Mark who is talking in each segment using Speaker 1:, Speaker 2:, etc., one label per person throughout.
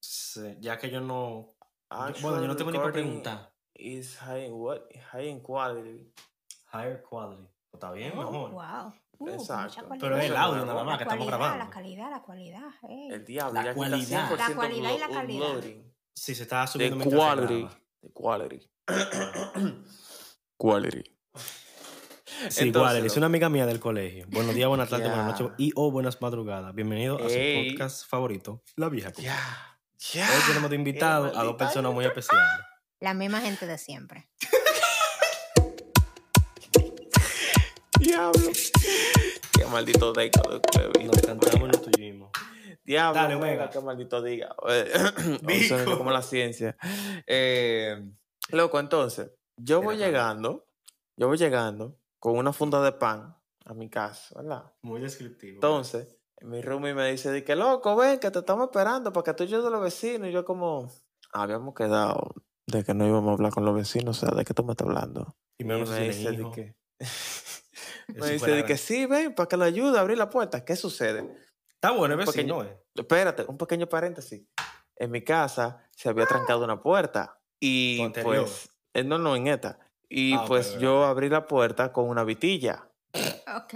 Speaker 1: Sí, ya que yo no.
Speaker 2: Actual
Speaker 1: bueno, yo no tengo ni para
Speaker 2: recording
Speaker 1: preguntar.
Speaker 2: Is high in what? High in quality.
Speaker 1: Higher quality. Está bien, mi
Speaker 3: Oh,
Speaker 1: amor.
Speaker 3: wow. Uh,
Speaker 2: Exacto.
Speaker 3: mucha cualidad.
Speaker 1: Pero es el audio nada más
Speaker 3: La
Speaker 1: que estamos
Speaker 3: cualidad, la
Speaker 1: grabando.
Speaker 3: calidad, la cualidad. ey.
Speaker 2: El diablo.
Speaker 1: La
Speaker 2: ya que está
Speaker 1: cualidad.
Speaker 2: 100%
Speaker 3: La cualidad y la calidad.
Speaker 2: uploading.
Speaker 1: Sí, se está
Speaker 2: De
Speaker 1: subiendo mientras se
Speaker 2: quality.
Speaker 1: graba.
Speaker 2: De quality. quality.
Speaker 1: Sí,
Speaker 2: Entonces,
Speaker 1: Waller, es una amiga mía del colegio. Buenos días, buenas tardes, buenas
Speaker 2: Ya.
Speaker 1: noches y o buenas madrugadas. Bienvenido a su
Speaker 2: Ey.
Speaker 1: podcast favorito, La Vieja Confiable.
Speaker 2: Ya. Ya.
Speaker 1: Hoy tenemos de invitado a dos personas muy especiales.
Speaker 3: La misma gente de siempre.
Speaker 2: Diablo. Qué maldito décado que vi.
Speaker 1: Nos cantamos y nos tuvimos.
Speaker 2: Diablo.
Speaker 1: Dale,
Speaker 2: venga,
Speaker 1: juega.
Speaker 2: Qué maldito diga. O sea, como la ciencia. Eh, loco, entonces, yo
Speaker 1: Mira,
Speaker 2: voy
Speaker 1: cabrón.
Speaker 2: llegando, yo voy llegando con una funda de pan a mi casa, ¿verdad?
Speaker 1: Muy descriptivo.
Speaker 2: Entonces, mi roomie me dice, de que loco, ven, que te estamos esperando para que tú ayudes a los vecinos. Y yo como, habíamos quedado de que no íbamos a hablar con los vecinos, o sea, ¿de qué tú me estás hablando?
Speaker 1: y menos
Speaker 2: me
Speaker 1: si
Speaker 2: dice
Speaker 1: tiene
Speaker 2: de
Speaker 1: hijos.
Speaker 2: que...
Speaker 1: Eso
Speaker 2: me dice
Speaker 1: fuera
Speaker 2: de
Speaker 1: grande.
Speaker 2: que sí, ven, para que lo ayude a abrir la puerta. ¿Qué sucede?
Speaker 1: Está bueno el
Speaker 2: Porque
Speaker 1: vecino, ¿eh?
Speaker 2: Espérate, un pequeño paréntesis. En mi casa se había trancado una puerta y
Speaker 1: Tu anterior.
Speaker 2: pues... eh, No, no, en esta. Y
Speaker 1: Ah, ok,
Speaker 2: pues
Speaker 1: ok,
Speaker 2: yo abrí la puerta con una vitilla.
Speaker 3: Ok.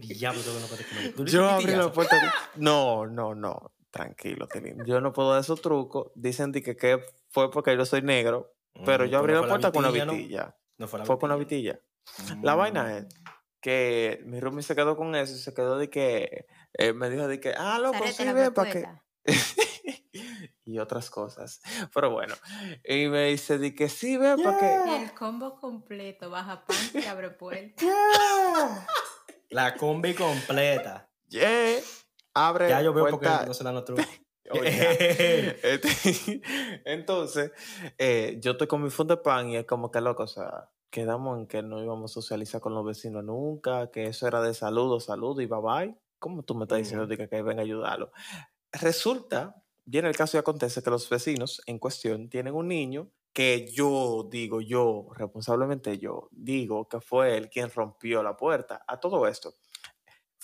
Speaker 1: Diablo, tengo una parte que me- ¿Tú dices
Speaker 2: Yo abrí
Speaker 1: pitillazo?
Speaker 2: la puerta. di- No, no, no. Tranquilo, Tilín. Yo no puedo dar esos trucos. Dicen di que, que fue porque yo soy negro, pero
Speaker 1: Mm,
Speaker 2: yo abrí
Speaker 1: no
Speaker 2: la
Speaker 1: fue
Speaker 2: puerta con una
Speaker 1: ¿no?
Speaker 2: vitilla.
Speaker 1: No fue la
Speaker 2: Fue con una
Speaker 1: vitilla. Mm.
Speaker 2: vitilla. La vaina es que mi roomie se quedó con eso y se quedó de que eh, me dijo de que, ah, loco,
Speaker 3: Sarete
Speaker 2: sí,
Speaker 3: la
Speaker 2: ven, para que.
Speaker 3: propuesta.
Speaker 2: y otras cosas. Pero bueno. Y me dice de que sí, ven, para que.
Speaker 3: El combo completo, baja pan y abre puerta.
Speaker 1: La combi completa.
Speaker 2: Yeah. Abre
Speaker 1: Ya yo veo porque
Speaker 2: puerta.
Speaker 1: no se dan los trucos.
Speaker 2: Oh, ya. Este, Entonces, eh, yo estoy con mi funda de pan y es como que loco, o sea, quedamos en que no íbamos a socializar con los vecinos nunca, que eso era de saludo, saludo y bye bye. ¿Cómo tú me estás diciendo de que, que venga a ayudarlo? Resulta, viene el caso y acontece que los vecinos en cuestión tienen un niño que yo digo, yo, responsablemente yo, digo que fue él quien rompió la puerta a todo esto.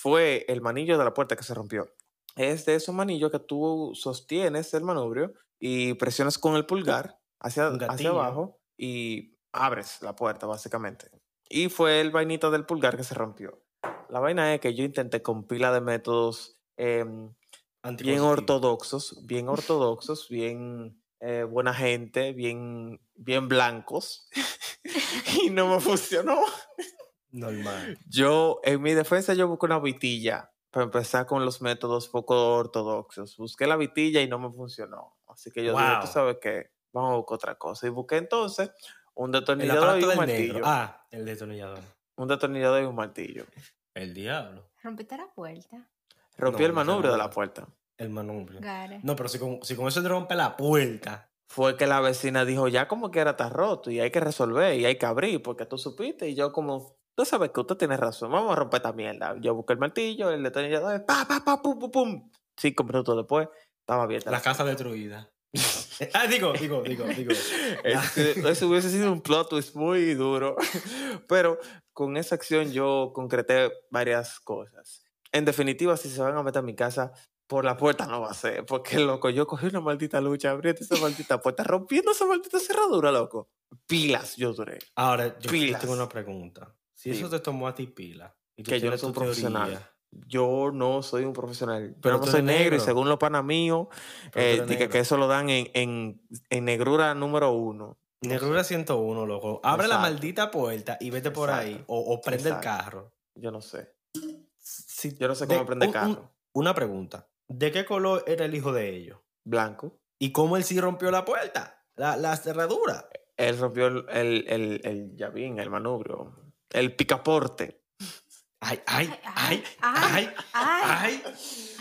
Speaker 2: Fue el manillo de la puerta que se rompió es de esos manillos que tú sostienes el manubrio y presionas con el pulgar hacia,
Speaker 1: Un
Speaker 2: hacia
Speaker 1: gatillo.
Speaker 2: abajo y abres la puerta, básicamente. Y fue el vainito del pulgar que se rompió. La vaina es que yo intenté con pila de métodos em, bien
Speaker 1: Anticonceptivo.
Speaker 2: ortodoxos, bien ortodoxos, bien eh, buena gente, bien, bien blancos. y no me funcionó.
Speaker 1: Normal.
Speaker 2: Yo, en mi defensa, yo busqué una vitilla para empezar con los métodos poco ortodoxos. Busqué la vitilla y no me funcionó. Así que yo dije,
Speaker 1: Wow.
Speaker 2: tú sabes qué, vamos a buscar otra cosa. Y busqué entonces un
Speaker 1: El
Speaker 2: detornillador y
Speaker 1: aparato
Speaker 2: un
Speaker 1: del
Speaker 2: martillo.
Speaker 1: negro. Ah, el detonillador.
Speaker 2: Un detornillador y un martillo.
Speaker 1: El diablo.
Speaker 3: Rompiste la puerta.
Speaker 2: Rompí
Speaker 1: No,
Speaker 2: el
Speaker 1: no sé
Speaker 2: manubrio de
Speaker 1: nada.
Speaker 2: la puerta.
Speaker 1: El manubrio.
Speaker 3: Gare.
Speaker 1: No, pero si con, si con eso te rompe la puerta.
Speaker 2: Fue que la vecina dijo, ya como que era está roto y hay que resolver y hay que abrir porque tú supiste. Y yo como, tú sabes que usted tiene razón, vamos a romper esta mierda. Yo busqué el martillo, el detornillador, pa, pa, pa, pum, pum, pum. Cinco minutos después, estaba abierta
Speaker 1: La casa destruida. ah, digo, digo, digo, digo.
Speaker 2: Este, eso hubiese sido un plot twist muy duro. Pero con esa acción yo concreté varias cosas. En definitiva, si se van a meter a mi casa, por la puerta no va a ser. Porque, loco, yo cogí una maldita lucha, abriendo esa maldita puerta, rompiendo esa maldita cerradura, loco. Pilas yo duré.
Speaker 1: Ahora, yo
Speaker 2: Pilas.
Speaker 1: tengo una pregunta. Si eso
Speaker 2: Dime.
Speaker 1: te tomó a ti pila. Y tú
Speaker 2: Que yo no
Speaker 1: tienes
Speaker 2: soy
Speaker 1: tu
Speaker 2: profesional. Eh,
Speaker 1: teoría,
Speaker 2: Yo no soy un profesional.
Speaker 1: Pero
Speaker 2: Pero no
Speaker 1: tú
Speaker 2: soy
Speaker 1: eres
Speaker 2: negro, y
Speaker 1: negro.
Speaker 2: según los panas míos,
Speaker 1: pero
Speaker 2: eh,
Speaker 1: tú eres
Speaker 2: di que-
Speaker 1: negro.
Speaker 2: que eso lo dan en, en, en negrura número uno.
Speaker 1: Negrura 101, loco. Abre la
Speaker 2: Exacto.
Speaker 1: maldita puerta y vete por ahí.
Speaker 2: Exacto.
Speaker 1: O, o prende el
Speaker 2: Exacto.
Speaker 1: carro.
Speaker 2: Yo no sé.
Speaker 1: Si-
Speaker 2: Yo no sé
Speaker 1: de-
Speaker 2: cómo prende
Speaker 1: un- un-
Speaker 2: carro.
Speaker 1: una pregunta. ¿De qué color era el hijo de ellos?
Speaker 2: Blanco.
Speaker 1: ¿Y cómo él sí rompió la puerta? La, la cerradura.
Speaker 2: Él rompió el, el, el, el llavín, el manubrio, el picaporte.
Speaker 1: Ay, ay, ay,
Speaker 3: ay,
Speaker 1: ay,
Speaker 3: ay,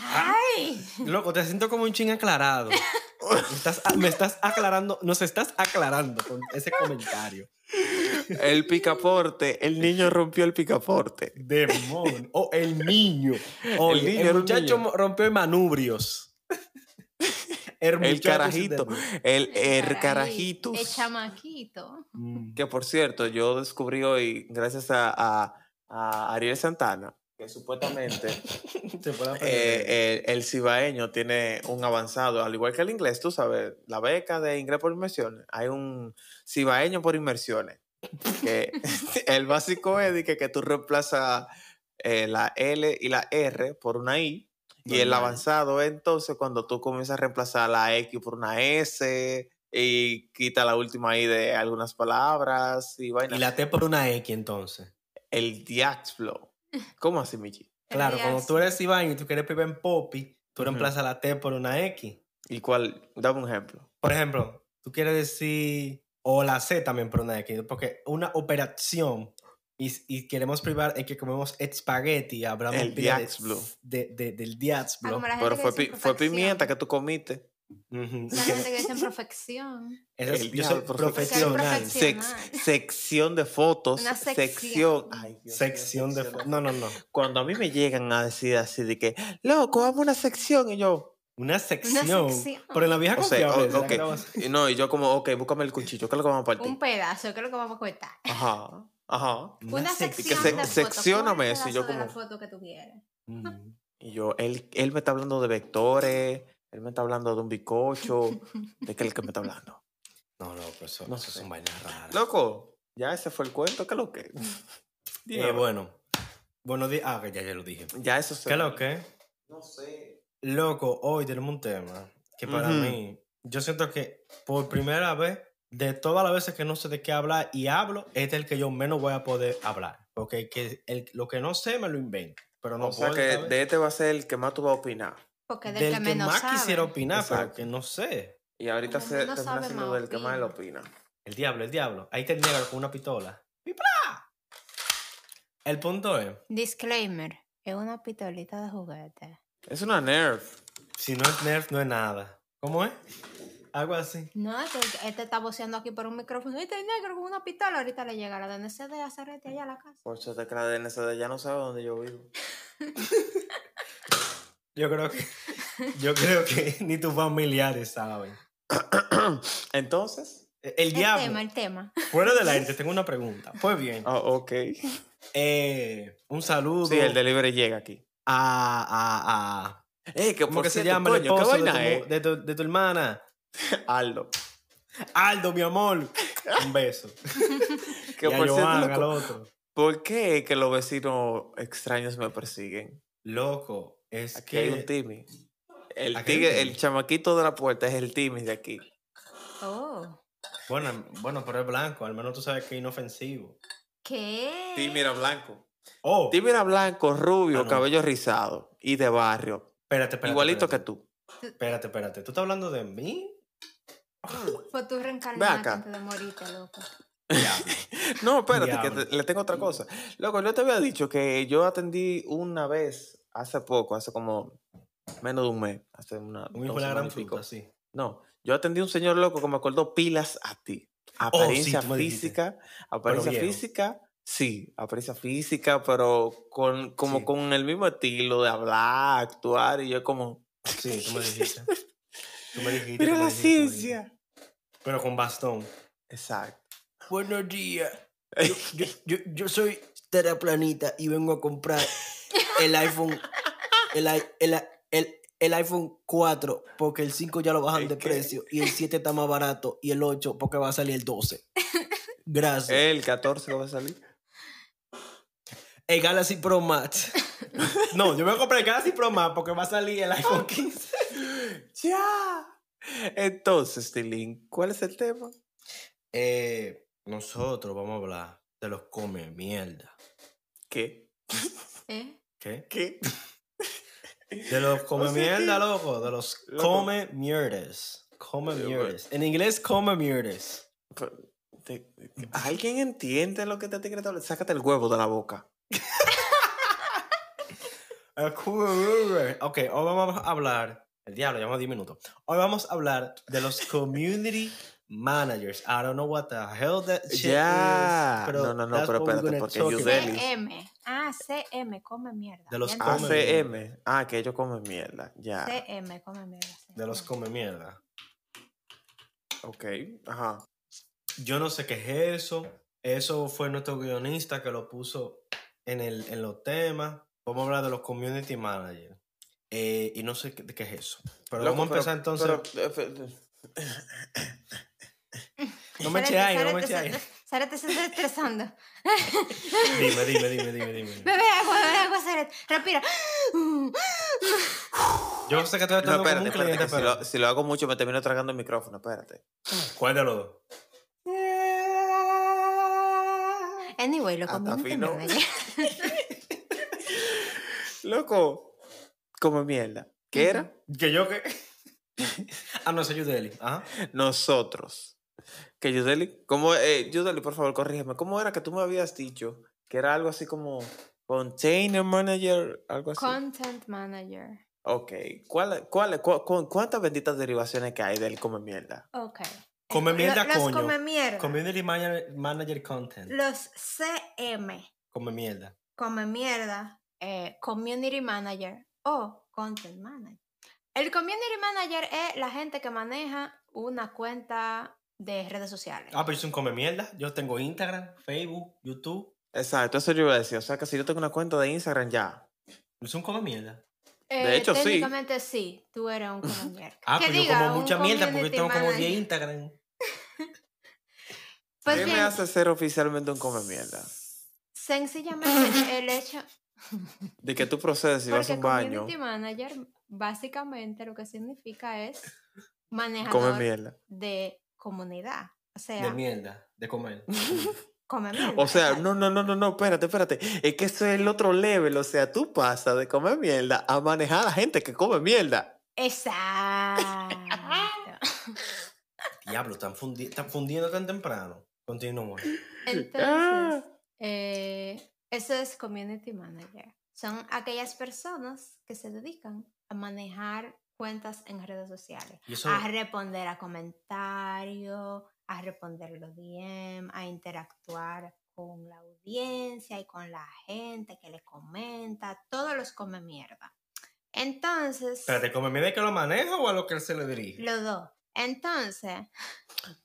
Speaker 1: ay.
Speaker 3: ay.
Speaker 1: Loco, te siento como un ching aclarado. Me estás, me estás aclarando, nos estás aclarando con ese comentario.
Speaker 2: El picaporte, el niño rompió el picaporte.
Speaker 1: Demon. O el niño. Oye, el,
Speaker 2: niño era un
Speaker 1: muchacho
Speaker 2: niño.
Speaker 1: rompió manubrios. El, muchacho sí
Speaker 2: carajito.
Speaker 1: de-
Speaker 2: El, el
Speaker 3: Caray,
Speaker 2: carajitos.
Speaker 3: El chamaquito.
Speaker 1: Mm.
Speaker 2: Que por cierto, yo descubrí hoy, gracias a, a, a Ariel Santana, que supuestamente
Speaker 1: Se puede
Speaker 2: eh,
Speaker 1: aprender.
Speaker 2: eh, el cibaeño tiene un avanzado, al igual que el inglés, tú sabes, la beca de inglés por inmersiones, hay un cibaeño por inmersiones, que el básico es de que, que tú reemplazas eh, la L y la R por una I, y el
Speaker 1: Normal.
Speaker 2: avanzado es entonces cuando tú comienzas a reemplazar la X por una S y quita la última I de algunas palabras y vaina.
Speaker 1: Y la T por una X entonces.
Speaker 2: El diaxplo. ¿Cómo así, Michi?
Speaker 1: Claro,
Speaker 3: Perdías.
Speaker 1: cuando tú eres Iván y tú quieres vivir en Poppy, tú
Speaker 2: Ujú.
Speaker 1: reemplazas la T por una X.
Speaker 2: ¿Y cuál? Dame un ejemplo.
Speaker 1: Por ejemplo, tú quieres decir, o la C también por una X, porque una operación y, y queremos privar en que comemos espagueti, hablamos
Speaker 2: El
Speaker 1: pila de-
Speaker 2: diaxblo.
Speaker 1: de- de- del
Speaker 3: Ah,
Speaker 1: diaxblo.
Speaker 3: como la gente
Speaker 2: Pero
Speaker 3: que
Speaker 2: fue,
Speaker 3: dice
Speaker 2: pi- fue
Speaker 3: imperfección.
Speaker 2: pimienta que tú comiste.
Speaker 1: Ujú, y
Speaker 3: La
Speaker 1: que-
Speaker 3: gente que dice imperfección.
Speaker 1: esa es-
Speaker 2: el
Speaker 1: yo soy
Speaker 2: diablo,
Speaker 3: profesional.
Speaker 1: profesional.
Speaker 3: Soy
Speaker 2: Sex-
Speaker 3: Profesional.
Speaker 2: sección de fotos.
Speaker 3: Una
Speaker 2: sección.
Speaker 3: sección.
Speaker 2: Ay, Dios
Speaker 1: Sección
Speaker 2: mío,
Speaker 1: de...
Speaker 2: sección
Speaker 1: No, no, no.
Speaker 2: Cuando a mí me llegan a decir así de que, loco, vamos a una sección. Y yo,
Speaker 1: Una sección.
Speaker 3: sección.
Speaker 1: Pero en la vieja
Speaker 2: o sea,
Speaker 1: confiable.
Speaker 2: o-
Speaker 1: ¿será
Speaker 2: ok.
Speaker 1: que la vas-
Speaker 2: Y no, y yo como, ok, búscame el cuchillo, ¿qué es lo que vamos a partir?
Speaker 3: Un pedazo, que es lo que vamos a cortar.
Speaker 2: Ajá, ajá.
Speaker 3: Una sección.
Speaker 2: sec-
Speaker 3: de fotos.
Speaker 2: seccióname
Speaker 3: Pon el
Speaker 2: eso, yo
Speaker 3: pedazo de la
Speaker 2: como-
Speaker 3: foto que tú quieras.
Speaker 1: Mm.
Speaker 2: Y yo, él, él me está hablando de vectores, él me está hablando de un bicocho, ¿de qué es el que me está hablando?
Speaker 1: No, no, pero eso,
Speaker 2: No
Speaker 1: eso
Speaker 2: sé.
Speaker 1: son vainas raras.
Speaker 2: Loco, ya ese fue el cuento, ¿qué es lo que?
Speaker 1: Eh, bueno. Bueno, di- ah, ya, ya lo dije.
Speaker 2: Ya eso se...
Speaker 1: ¿Qué lo que?
Speaker 2: No sé.
Speaker 1: Loco, hoy tenemos un tema que para
Speaker 2: Ujú.
Speaker 1: mí, yo siento que por primera vez, de todas las veces que no sé de qué hablar y hablo, este es el que yo menos voy a poder hablar. Porque el que, el- lo que no sé me lo invento. Pero no
Speaker 2: o sea
Speaker 1: puedo,
Speaker 2: que
Speaker 1: ¿sabes?
Speaker 2: de este va a ser el que más tú vas a opinar.
Speaker 3: Porque del,
Speaker 1: del
Speaker 3: que
Speaker 1: que
Speaker 3: menos
Speaker 1: más
Speaker 3: sabe.
Speaker 1: quisiera opinar, pero
Speaker 2: Exacto.
Speaker 1: que no sé.
Speaker 2: Y ahorita
Speaker 3: Pero
Speaker 2: se
Speaker 3: no
Speaker 2: termina
Speaker 3: sabe
Speaker 2: siendo
Speaker 3: más
Speaker 2: del que más él opina.
Speaker 3: opina.
Speaker 1: El diablo, el diablo. Ahí te niegan con una pistola. ¡Pipla! El punto es,
Speaker 3: Disclaimer. Es una pistolita de juguete.
Speaker 2: Es una nerf.
Speaker 1: si no es Nerf, no es nada. ¿Cómo es? Algo así.
Speaker 3: No, es que este está voceando aquí por un micrófono. Este negro con una pistola. Ahorita le llega la DNCD a Zarete allá a la casa.
Speaker 2: Por suerte que la DNCD ya no sabe dónde yo vivo.
Speaker 1: Yo creo que, yo creo que ni tus familiares saben. E,
Speaker 2: Entonces.
Speaker 1: El
Speaker 3: El
Speaker 1: diablo.
Speaker 3: tema, el tema.
Speaker 1: Fuera del aire, te tengo una pregunta. Pues bien,
Speaker 2: Ah, ok.
Speaker 1: eh, un saludo
Speaker 2: Sí, el delivery llega aquí.
Speaker 1: a, a, a.
Speaker 2: Eh, que
Speaker 1: ¿Cómo
Speaker 2: por
Speaker 1: que se
Speaker 2: cierto,
Speaker 1: llama el
Speaker 2: coño, ¿qué
Speaker 1: esposo de tu,
Speaker 2: vaina
Speaker 1: mu- de tu- de tu hermana?
Speaker 2: es? Aldo.
Speaker 1: Aldo, mi amor. Un beso.
Speaker 2: Que
Speaker 1: y a
Speaker 2: por, cierto,
Speaker 1: Joan,
Speaker 2: loco,
Speaker 1: al otro.
Speaker 2: ¿por qué es que los vecinos extraños me persiguen?
Speaker 1: Loco, es
Speaker 2: Aquí
Speaker 1: que.
Speaker 2: hay un Timmy. El,
Speaker 1: Aquí hay un
Speaker 2: tigre,
Speaker 1: Timmy.
Speaker 2: el chamaquito de la puerta es el Timmy de aquí.
Speaker 3: Oh.
Speaker 1: Bueno, bueno, pero es blanco, al menos tú sabes que es inofensivo.
Speaker 3: ¿Qué?
Speaker 2: Timmy era blanco.
Speaker 1: Oh,
Speaker 2: Timmy era blanco, rubio,
Speaker 1: Ah, no.
Speaker 2: cabello rizado y de barrio.
Speaker 1: espérate, espérate.
Speaker 2: Igualito
Speaker 1: espérate.
Speaker 2: que tú.
Speaker 1: Espérate, espérate. ¿Tú estás hablando de mí?
Speaker 3: Fue tu
Speaker 2: Ve acá.
Speaker 3: reencarnación antes de morirte, loco.
Speaker 1: Diablo.
Speaker 2: No, espérate, que
Speaker 1: Diablo.
Speaker 2: te- le tengo otra cosa. Loco, yo te había dicho que yo atendí una vez hace poco, hace como menos de un mes, hace una.
Speaker 1: Un
Speaker 2: dos
Speaker 1: hijo de la gran
Speaker 2: semanas y pico.
Speaker 1: fruta, sí.
Speaker 2: No, yo atendí a un señor loco que me acordó pilas a ti.
Speaker 1: Oh, sí,
Speaker 2: Apariencia
Speaker 1: tú me dijiste.
Speaker 2: física, apariencia
Speaker 1: viejo.
Speaker 2: física, sí, apariencia física, pero con, como
Speaker 1: Sí.
Speaker 2: con el mismo estilo de hablar, actuar, y yo como.
Speaker 1: Sí, tú me dijiste. Tú me dijiste.
Speaker 2: ¡Mira
Speaker 1: tú me dijiste, tú
Speaker 2: la
Speaker 1: me dijiste.
Speaker 2: ciencia!
Speaker 1: Pero con bastón.
Speaker 2: Exacto.
Speaker 1: Buenos días. Yo, yo, yo, yo soy terraplanita y vengo a comprar el iPhone. El, i- el, i- el, el iPhone 4, porque el 5 ya lo bajan
Speaker 2: ¿El
Speaker 1: de
Speaker 2: qué?
Speaker 1: precio y el 7 está más barato y el 8 porque va a salir el 12. Gracias.
Speaker 2: El 14 que va a salir.
Speaker 1: El Galaxy Pro Max. No, yo voy a comprar el Galaxy Pro Max porque va a salir el iPhone 15.
Speaker 2: ¡Ya! Entonces, Tilín, ¿cuál es el tema?
Speaker 1: Eh, nosotros vamos a hablar de los come mierda.
Speaker 2: ¿Qué?
Speaker 3: ¿Eh?
Speaker 1: ¿Qué?
Speaker 2: ¿Qué?
Speaker 1: De los come
Speaker 2: O sea que-
Speaker 1: mierda, loco. De los
Speaker 2: Loco.
Speaker 1: come mierdes. Come
Speaker 2: Eh,
Speaker 1: mierdes. En inglés, come mierdes.
Speaker 2: Te- ¿Alguien entiende lo que te tigre está hablando? Sácate el huevo de la boca.
Speaker 1: El come mierdes. Ok, hoy vamos a hablar. El diablo, llevamos 10 minutos. Hoy vamos a hablar de los community managers. I don't know what the hell that shit
Speaker 2: Ya.
Speaker 1: is.
Speaker 2: No, no, no,
Speaker 1: that's
Speaker 2: pero
Speaker 1: what we're
Speaker 2: espérate,
Speaker 1: gonna
Speaker 2: porque
Speaker 1: talk
Speaker 2: yo
Speaker 1: about.
Speaker 2: Delis.
Speaker 3: CM. Ah, CM, come mierda.
Speaker 1: De los
Speaker 3: Ya entendí.
Speaker 1: Come
Speaker 2: ACM. Ah, que ellos comen mierda. Ya.
Speaker 3: CM, come mierda.
Speaker 1: De los
Speaker 3: CM.
Speaker 1: come mierda.
Speaker 2: Ok. Ajá.
Speaker 1: Yo no sé qué es eso. Eso fue nuestro guionista que lo puso en, el, en los temas. Vamos a hablar de los community managers. Eh, y no sé qué, qué es eso. Pero
Speaker 2: Loco,
Speaker 1: vamos a empezar
Speaker 2: pero-
Speaker 1: entonces.
Speaker 2: pero- eh,
Speaker 1: no me eches
Speaker 3: Zárate,
Speaker 1: aire, no me
Speaker 3: Zárate
Speaker 1: eches
Speaker 3: se-
Speaker 1: aire.
Speaker 3: Zárate se está estresando.
Speaker 1: Dime, dime, dime, dime, dime.
Speaker 3: Bebe agua, bebe agua, Zaret. Respira.
Speaker 1: Yo sé que estoy
Speaker 2: No,
Speaker 1: tratando como
Speaker 2: espérate,
Speaker 1: un
Speaker 2: espérate,
Speaker 1: cliente,
Speaker 2: que si
Speaker 1: pero...
Speaker 2: lo, si lo hago mucho me termino tragando el micrófono, espérate.
Speaker 1: ¿Cuál de los dos?
Speaker 3: Anyway,
Speaker 1: Ah,
Speaker 3: lo
Speaker 2: Hasta
Speaker 3: community
Speaker 2: fino.
Speaker 3: manager.
Speaker 2: Loco, como mierda. ¿Qué era?
Speaker 1: ¿Que yo qué? ah, no, soy Yudeli. Ajá.
Speaker 2: Nosotros. Que Yudeli, ¿cómo, eh, Yudeli, por favor, corrígeme. ¿Cómo era que tú me habías dicho que era algo así como container manager, algo así?
Speaker 3: Content manager.
Speaker 2: Ok, ¿Cuál, cuál, cu- cu- cuántas benditas derivaciones que hay del come mierda?
Speaker 3: Ok.
Speaker 1: Come mierda,
Speaker 3: Lo- los
Speaker 1: coño.
Speaker 3: come mierda.
Speaker 1: Community manager, manager content.
Speaker 3: Los CM.
Speaker 1: Come mierda.
Speaker 3: come mierda, eh, community manager o content manager. El community manager es la gente que maneja una cuenta de redes sociales.
Speaker 1: Ah, pero yo soy un come mierda. Yo tengo Instagram, Facebook, YouTube.
Speaker 2: Exacto, eso yo iba a decir. O sea, que si yo tengo una cuenta de Instagram ya.
Speaker 1: Yo soy un come mierda.
Speaker 3: Eh,
Speaker 2: de hecho, sí.
Speaker 3: técnicamente sí, tú eres un come mierda.
Speaker 1: Ah,
Speaker 3: Que
Speaker 1: pero yo
Speaker 3: diga,
Speaker 1: como
Speaker 3: un
Speaker 1: mucha mierda porque
Speaker 3: community
Speaker 1: tengo como
Speaker 3: manager.
Speaker 1: 10 Instagram.
Speaker 3: Pues
Speaker 2: ¿Qué me
Speaker 3: bien,
Speaker 2: hace ser oficialmente un come mierda?
Speaker 3: sencillamente el hecho
Speaker 2: De que tú procedes y vas a
Speaker 3: porque
Speaker 2: un baño,
Speaker 3: community manager básicamente lo que significa es
Speaker 2: come
Speaker 3: manejador
Speaker 2: mierda.
Speaker 3: de comunidad, o
Speaker 1: De
Speaker 3: sea,
Speaker 1: mierda. ah, De comer.
Speaker 3: come mierda.
Speaker 2: O sea,
Speaker 3: exacto.
Speaker 2: no, no, no, no, no, espérate, espérate. Es que eso es el otro level. O sea, tú pasas de comer mierda a manejar a la gente que come mierda.
Speaker 3: Exacto.
Speaker 1: Diablo, están, fundi- están fundiendo tan temprano. Continúa.
Speaker 2: Ah.
Speaker 3: Entonces, eh, eso es community manager. Son aquellas personas que se dedican a manejar cuentas en redes sociales,
Speaker 1: Y eso,
Speaker 3: a responder a comentarios, a responder los DM, a interactuar con la audiencia y con la gente que le comenta, todos los come mierda. Entonces,
Speaker 1: espérate, ¿come mierda es que lo maneja o a lo que él se le dirige?
Speaker 3: los dos. Entonces,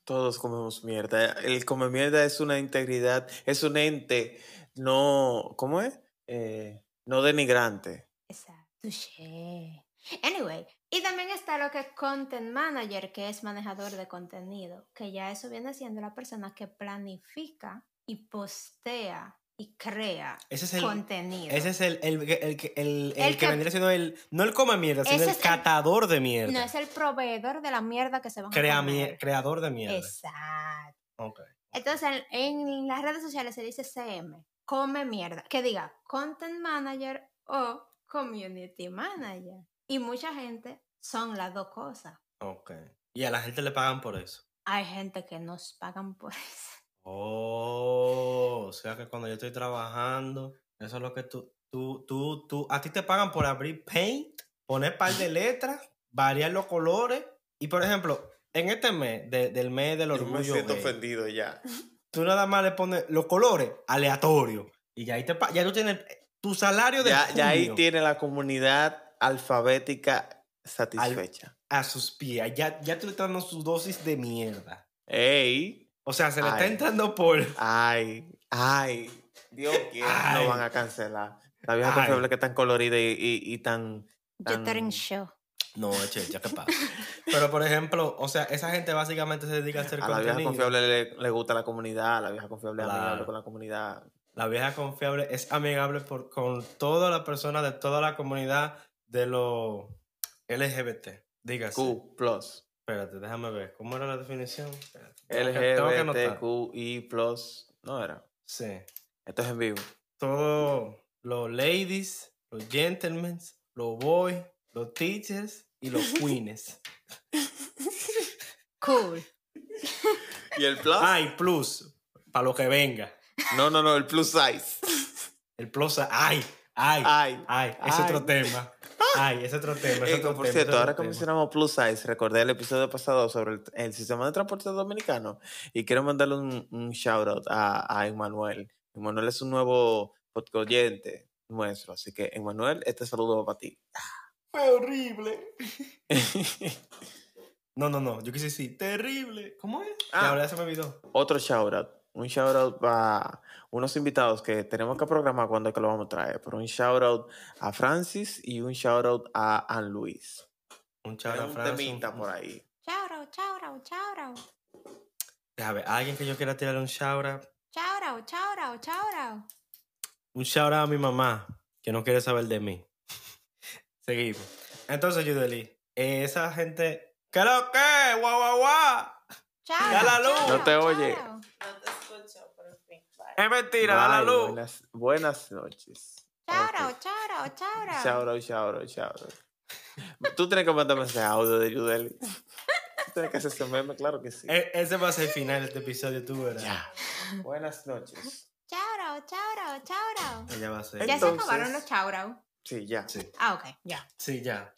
Speaker 2: Todos comemos mierda. El come mierda es una integridad, es un ente no, ¿cómo es? Eh, no denigrante.
Speaker 3: Exacto. Touché. Anyway, y también está lo que es content manager, que es manejador de contenido, que ya eso viene siendo la persona que planifica y postea y crea
Speaker 1: Ese es el...
Speaker 3: contenido.
Speaker 1: Ese es el, el, el, el- el
Speaker 3: El
Speaker 1: que
Speaker 3: que-
Speaker 1: vendría siendo el... No el come mierda, sino
Speaker 3: Ese
Speaker 1: el
Speaker 3: es el-
Speaker 1: catador de mierda.
Speaker 3: no es el proveedor de la mierda que se van
Speaker 1: Crea
Speaker 3: a comer.
Speaker 1: mier- creador de mierda.
Speaker 3: Exacto.
Speaker 1: Ok.
Speaker 3: Entonces, en, en las redes sociales se dice CM, come mierda, que diga content manager o community manager. Y mucha gente son las dos cosas.
Speaker 1: Ok. Y a la gente le pagan por eso.
Speaker 3: hay gente que nos pagan por eso.
Speaker 1: Oh, o sea que cuando yo estoy trabajando, eso es lo que tú, tú, tú, tú, a ti te pagan por abrir Paint, poner par de letras, variar los colores. Y por ejemplo, en este mes, de- del mes del
Speaker 2: Yo
Speaker 1: orgullo,
Speaker 2: me siento
Speaker 1: gay,
Speaker 2: ofendido ya.
Speaker 1: tú nada más le pones los colores aleatorios. Y ya ahí te pa- ya tú tienes tu salario de
Speaker 2: Ya, ya ahí
Speaker 1: junio
Speaker 2: tiene la comunidad alfabética satisfecha.
Speaker 1: a sus pies. Ya, ya tú le estás dando su dosis de mierda.
Speaker 2: ¡Ey!
Speaker 1: O sea, se le está
Speaker 2: Ay.
Speaker 1: entrando por.
Speaker 2: Ay, ay, Dios quiera,
Speaker 1: Ay.
Speaker 2: no van a cancelar. La vieja
Speaker 1: Ay.
Speaker 2: confiable que tan colorida y, y- y tan.
Speaker 3: Yo estoy en
Speaker 2: tan-
Speaker 3: show.
Speaker 1: No, che, ya que pasa. Pero por ejemplo, o sea, esa gente básicamente se dedica a hacer
Speaker 2: A la vieja
Speaker 1: contenido.
Speaker 2: confiable le, le gusta la comunidad, a la vieja confiable es amigable
Speaker 1: Claro.
Speaker 2: con la comunidad.
Speaker 1: La vieja confiable es amigable por, con todas las personas de toda la comunidad de los LGBT. Dígase.
Speaker 2: Q, plus.
Speaker 1: Espérate, déjame ver. ¿Cómo era la definición? Espérate. Tengo que- tengo que anotar.
Speaker 2: LGBTQI, plus. No era.
Speaker 1: Sí.
Speaker 2: Esto es en vivo.
Speaker 1: Todos los ladies, los gentlemen, los boys, los teachers y los queens.
Speaker 3: Cool.
Speaker 2: ¿Y el plus?
Speaker 1: Ay, plus. Para lo que venga.
Speaker 2: No, no, no, el plus size.
Speaker 1: El plus. Ay, ay.
Speaker 2: Ay.
Speaker 1: Ay, es
Speaker 2: Ay.
Speaker 1: otro tema. Ay, es otro tema. Es
Speaker 2: Eh,
Speaker 1: otro
Speaker 2: por
Speaker 1: tema,
Speaker 2: cierto,
Speaker 1: es
Speaker 2: ahora
Speaker 1: otro
Speaker 2: que
Speaker 1: tema.
Speaker 2: mencionamos Plus Size, recordé el episodio pasado sobre el, el sistema de transporte dominicano y quiero mandarle un, un shout out a, a Emanuel. Emanuel es un nuevo podcast oyente nuestro, así que Emanuel, este saludo va para ti.
Speaker 1: Fue horrible. No, no, no. Yo quise decir, terrible. ¿Cómo es?
Speaker 2: Ah.
Speaker 1: Ya, ahora se me olvidó.
Speaker 2: Otro shout out un shout out para unos invitados que tenemos que programar cuando es que lo vamos a traer. Pero un shout out a Francis y un shout out a Ann Luis.
Speaker 1: Un
Speaker 2: Hay
Speaker 1: chaval
Speaker 2: un temita por ahí.
Speaker 3: Chauro, chauro, chauro.
Speaker 1: Déjame, alguien que yo quiera tirar un shout out.
Speaker 3: Chauro, chauro, chauro.
Speaker 1: Un shout out a mi mamá, que no quiere saber de mí. Seguimos. Entonces, Yudeli, eh, esa gente. ¿Qué lo que? ¡Guau, guau, guau!
Speaker 3: Chauro.
Speaker 1: Da la luz.
Speaker 2: No te oye.
Speaker 3: chauro.
Speaker 4: No te escucho, pero en fin. bye.
Speaker 1: Es mentira, da la
Speaker 2: Bye,
Speaker 1: luz.
Speaker 2: Buenas, buenas noches.
Speaker 3: Chauro,
Speaker 2: Ok.
Speaker 3: chauro, chauro.
Speaker 2: Shout out, shout out, shout out. Tú tienes que mandarme ese audio de Yudeli. Tú tienes que hacer ese meme, claro que sí.
Speaker 1: E- ese va a ser el final de este episodio, tú verás.
Speaker 2: Eh, Ya. Buenas noches.
Speaker 3: Chauro, chauro, chauro.
Speaker 1: Ella va a ser.
Speaker 3: Ya se
Speaker 2: Entonces-
Speaker 3: acabaron los chauro.
Speaker 2: Sí, ya.
Speaker 1: Sí.
Speaker 3: Ah, ok, ya.
Speaker 1: Sí, ya.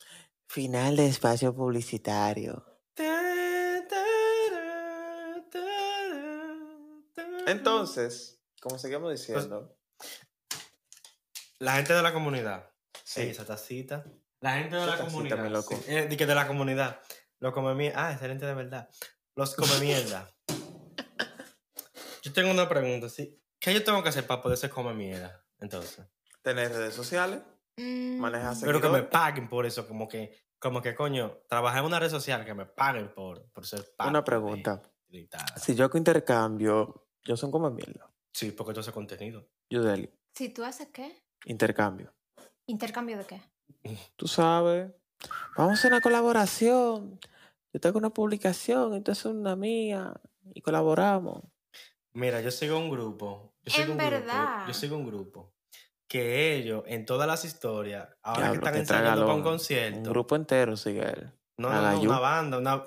Speaker 2: Final de espacio publicitario.
Speaker 1: Entonces,
Speaker 2: Entonces, como seguimos diciendo,
Speaker 1: la gente de la comunidad. Sí,
Speaker 2: sí,
Speaker 1: esa tacita. La gente de
Speaker 2: Esa
Speaker 1: la
Speaker 2: tacita,
Speaker 1: comunidad.
Speaker 2: mi loco.
Speaker 1: sí. Eh, di que de la comunidad. Los come mierda. Ah, excelente de verdad. Los come mierda. yo tengo una pregunta, ¿sí? ¿Qué yo tengo que hacer para poder ser come mierda? Entonces.
Speaker 2: tener redes sociales,
Speaker 3: Mm,
Speaker 2: manejar
Speaker 1: Pero que me
Speaker 2: seguidores,
Speaker 1: paguen por eso, como que, como que coño, trabajar en una red social que me paguen por, por ser parte
Speaker 2: Una
Speaker 1: de-
Speaker 2: pregunta.
Speaker 1: de tal.
Speaker 2: Si yo hago intercambio, yo son como mierda.
Speaker 1: Sí, porque yo hace contenido.
Speaker 2: Yudeli,
Speaker 3: Si tú haces qué?
Speaker 2: intercambio.
Speaker 3: ¿Intercambio de qué?
Speaker 2: Tú sabes, vamos a hacer una colaboración. Yo tengo una publicación, entonces una mía, y colaboramos.
Speaker 1: Mira, yo sigo un grupo. Yo sigo
Speaker 3: En
Speaker 1: un
Speaker 3: verdad.
Speaker 1: Grupo, yo sigo un grupo. Que ellos, en todas las historias, ahora
Speaker 2: Diablo,
Speaker 1: que están
Speaker 2: qué
Speaker 1: ensayando para un
Speaker 2: tragalón.
Speaker 1: concierto.
Speaker 2: Un grupo entero sigue él.
Speaker 1: No, no, no,
Speaker 2: Agayú.
Speaker 1: una banda, una.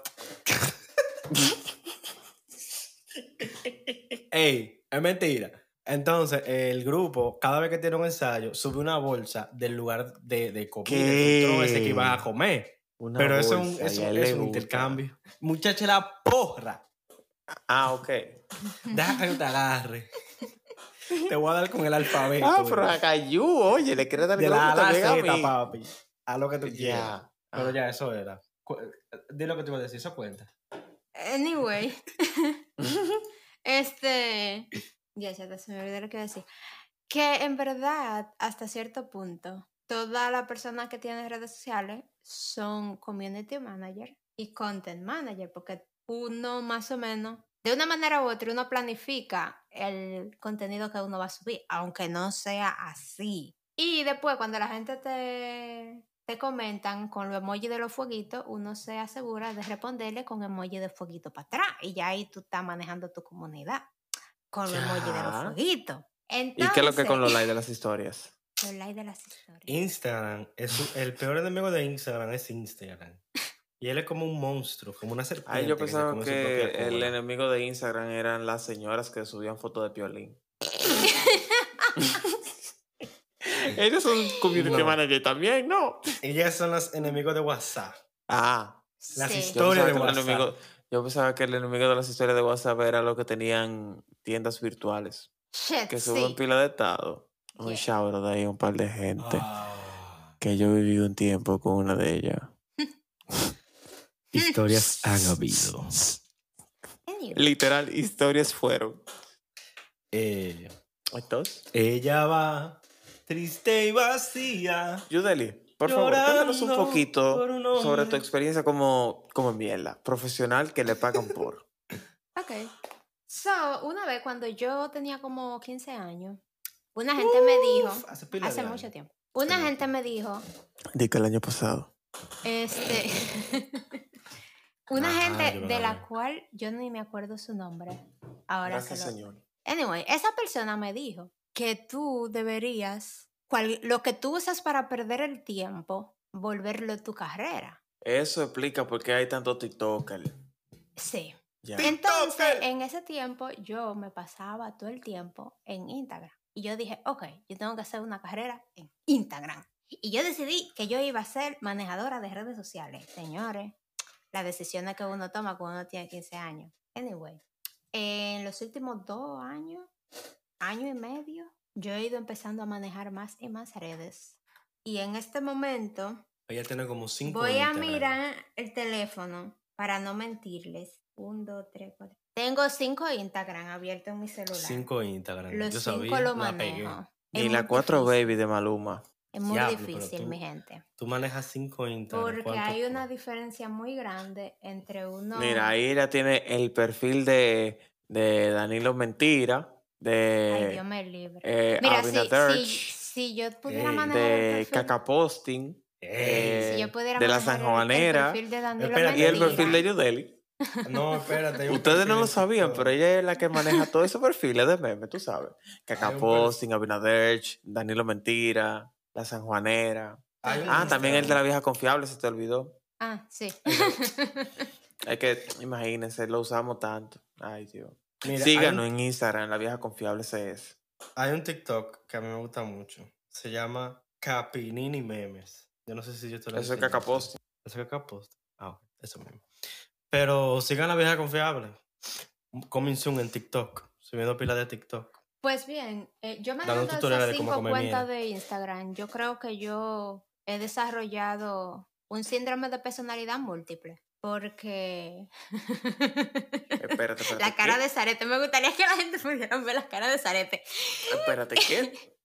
Speaker 1: Ey, es mentira. Entonces, el grupo, cada vez que tiene un ensayo, sube una bolsa del lugar de, de comida.
Speaker 2: ¿Qué?
Speaker 1: del control ese que iban a comer.
Speaker 2: Una
Speaker 1: Pero eso es
Speaker 2: bolsa,
Speaker 1: un,
Speaker 2: y
Speaker 1: eso
Speaker 2: a él
Speaker 1: es
Speaker 2: le
Speaker 1: un
Speaker 2: gusta.
Speaker 1: intercambio. Muchacha, la porra.
Speaker 2: Ah, ok.
Speaker 1: Deja que yo te agarre. te voy a dar con el alfabeto.
Speaker 2: Ah, pero
Speaker 1: güey.
Speaker 2: Agayú, oye, le quiere dar
Speaker 1: de la A a la
Speaker 2: también a
Speaker 1: Z,
Speaker 2: mí.
Speaker 1: papi. A lo que tú quieras.
Speaker 2: Ya.
Speaker 1: Pero
Speaker 2: Ah.
Speaker 1: ya, eso era. Cu- Di lo que te iba a decir, eso cuenta.
Speaker 3: Anyway. este. Ya, ya se me olvidó lo que iba a decir. Que en verdad, hasta cierto punto, toda la persona que tiene redes sociales son community manager y content manager, porque uno más o menos, de una manera u otra, uno planifica el contenido que uno va a subir, aunque no sea así. Y después, cuando la gente te, te comentan con los emoji de los fueguitos, uno se asegura de responderle con emoji de fueguito para atrás. Y ya ahí tú estás manejando tu comunidad con los emoji de los
Speaker 2: Ya.
Speaker 3: fueguitos.
Speaker 2: ¿Y qué es lo que con los
Speaker 3: Entonces-
Speaker 2: likes de las historias?
Speaker 3: Los likes de las historias.
Speaker 1: Instagram, es su- el peor enemigo de Instagram es Instagram. Y él es como un monstruo, como una serpiente.
Speaker 2: Ay, yo
Speaker 1: que se
Speaker 2: pensaba
Speaker 1: come su
Speaker 2: que
Speaker 1: propia
Speaker 2: el
Speaker 1: cola.
Speaker 2: enemigo de Instagram eran las señoras que subían fotos de piolín. Ellos son community
Speaker 1: No.
Speaker 2: manager también, ¿no?
Speaker 1: Ellas son los enemigos de WhatsApp.
Speaker 2: Ah,
Speaker 1: Las
Speaker 3: Sí.
Speaker 1: historias.
Speaker 2: yo pensaba,
Speaker 1: de
Speaker 2: que el
Speaker 1: WhatsApp.
Speaker 2: enemigo, yo pensaba que el enemigo de las historias de WhatsApp era los que tenían tiendas virtuales.
Speaker 3: Shit,
Speaker 2: Que suben
Speaker 3: sí.
Speaker 2: pila de estado. Un
Speaker 3: Yeah.
Speaker 2: shout out ahí a un par de gente.
Speaker 1: Ah.
Speaker 2: Que yo viví un tiempo con una de ellas.
Speaker 1: Historias han habido.
Speaker 3: Anyway.
Speaker 2: Literal, historias fueron.
Speaker 1: Eh,
Speaker 2: Entonces,
Speaker 1: ella va triste y vacía.
Speaker 2: Yudeli, por favor,
Speaker 1: Llorando
Speaker 2: cuéntanos un poquito
Speaker 1: por un hombre.
Speaker 2: sobre tu experiencia como, como mierda, profesional que le pagan por.
Speaker 3: Ok. So, una vez cuando yo tenía como 15 años, una gente me dijo,
Speaker 1: Hace, pila de
Speaker 3: hace
Speaker 1: años.
Speaker 3: mucho tiempo, una
Speaker 1: Pila de
Speaker 3: gente me dijo,
Speaker 2: Dice que el año pasado.
Speaker 3: este, una
Speaker 2: Ah,
Speaker 1: Ajá, yo
Speaker 3: gente
Speaker 1: me
Speaker 3: de
Speaker 1: la
Speaker 3: la
Speaker 1: vi.
Speaker 3: cual yo ni me acuerdo su nombre. Ahora
Speaker 2: Gracias,
Speaker 3: que lo-
Speaker 2: señor.
Speaker 3: Anyway, esa persona me dijo que tú deberías, cual- lo que tú usas para perder el tiempo, volverlo tu carrera.
Speaker 2: Eso explica por qué hay tanto TikToker.
Speaker 3: Sí.
Speaker 2: Ya.
Speaker 3: Entonces, eh,
Speaker 1: TikToker.
Speaker 3: en ese tiempo, yo me pasaba todo el tiempo en Instagram. Y yo dije, ok, yo tengo que hacer una carrera en Instagram. Y yo decidí que yo iba a ser manejadora de redes sociales. Señores, las decisiones que uno toma cuando uno tiene 15 años. Anyway, en los últimos dos años, año y medio, yo he ido empezando a manejar más y más redes. Y en este momento,
Speaker 1: Ella tiene como cinco.
Speaker 3: Voy
Speaker 1: en
Speaker 3: a
Speaker 1: Instagram.
Speaker 3: mirar el teléfono para no mentirles, un, dos, tres, cuatro. Tengo cinco Instagram abiertos en mi celular.
Speaker 1: Cinco Instagram.
Speaker 3: Los
Speaker 1: yo
Speaker 3: cinco
Speaker 1: sabía,
Speaker 3: lo
Speaker 1: la pegué.
Speaker 3: manejo. Es
Speaker 2: Ni
Speaker 3: muy
Speaker 2: la 4
Speaker 3: difícil,
Speaker 2: Baby de Maluma.
Speaker 3: Es muy
Speaker 1: Diablo, pero
Speaker 3: difícil,
Speaker 1: tú-
Speaker 3: mi gente.
Speaker 1: Tú manejas cinco Instagram.
Speaker 3: Porque
Speaker 1: ¿cuántos
Speaker 3: hay
Speaker 1: tú?
Speaker 3: una diferencia muy grande entre uno.
Speaker 2: Mira, ahí la tiene el perfil de, de Danilo Mentira,
Speaker 3: Ay, Dios
Speaker 2: de
Speaker 3: me libre.
Speaker 2: eh,
Speaker 3: Mira, si,
Speaker 2: Abinader,
Speaker 3: si- si yo pudiera
Speaker 1: Ey.
Speaker 3: manejar el
Speaker 2: de
Speaker 3: perfil-
Speaker 2: Cacaposting Eh.
Speaker 1: Ey,
Speaker 3: si yo pudiera
Speaker 2: de la
Speaker 3: manejar el-
Speaker 2: Sanjuanera,
Speaker 3: el perfil de Danilo
Speaker 1: espérate,
Speaker 2: y el
Speaker 1: Mentira.
Speaker 2: perfil de Yudeli.
Speaker 1: No, espérate. hay un
Speaker 2: Ustedes no
Speaker 1: perfil
Speaker 2: lo
Speaker 1: en
Speaker 2: sabían,
Speaker 1: TikTok.
Speaker 2: pero ella es la que maneja todos esos perfiles de meme, tú sabes. Cacaposting, Abinader, Danilo Mentira, la Sanjuanera.
Speaker 1: Hay un
Speaker 2: Ah, también el de la
Speaker 1: Instagram.
Speaker 2: vieja confiable, se te olvidó.
Speaker 3: Ah, sí.
Speaker 2: Es que, imagínense, lo usamos tanto. Ay, Dios.
Speaker 1: Mira,
Speaker 2: Síganos
Speaker 1: Hay un,
Speaker 2: en Instagram, la vieja confiable CS.
Speaker 1: hay un TikTok que a mí me gusta mucho. Se llama Capinini Memes. Yo no sé si yo te lo
Speaker 2: Eso es
Speaker 1: enseñé.
Speaker 2: cacapost.
Speaker 1: Eso es cacapost. Ah, ok, eso mismo. Pero sigan la vieja confiable. Coming soon en TikTok. Subiendo pilas de TikTok.
Speaker 3: Pues bien, eh, yo
Speaker 1: Dando
Speaker 3: manejando
Speaker 1: tutoriales
Speaker 3: esas
Speaker 1: de cómo
Speaker 3: cinco
Speaker 1: comer
Speaker 3: cuentas
Speaker 1: mierda.
Speaker 3: de Instagram, yo creo que yo he desarrollado un síndrome de personalidad múltiple. Porque
Speaker 1: Ah,
Speaker 2: Espérate, espérate.
Speaker 3: la cara
Speaker 2: ¿qué?
Speaker 3: de Zarete, me gustaría que la gente pudiera ver la cara de Zarete.
Speaker 2: Espérate, ¿qué?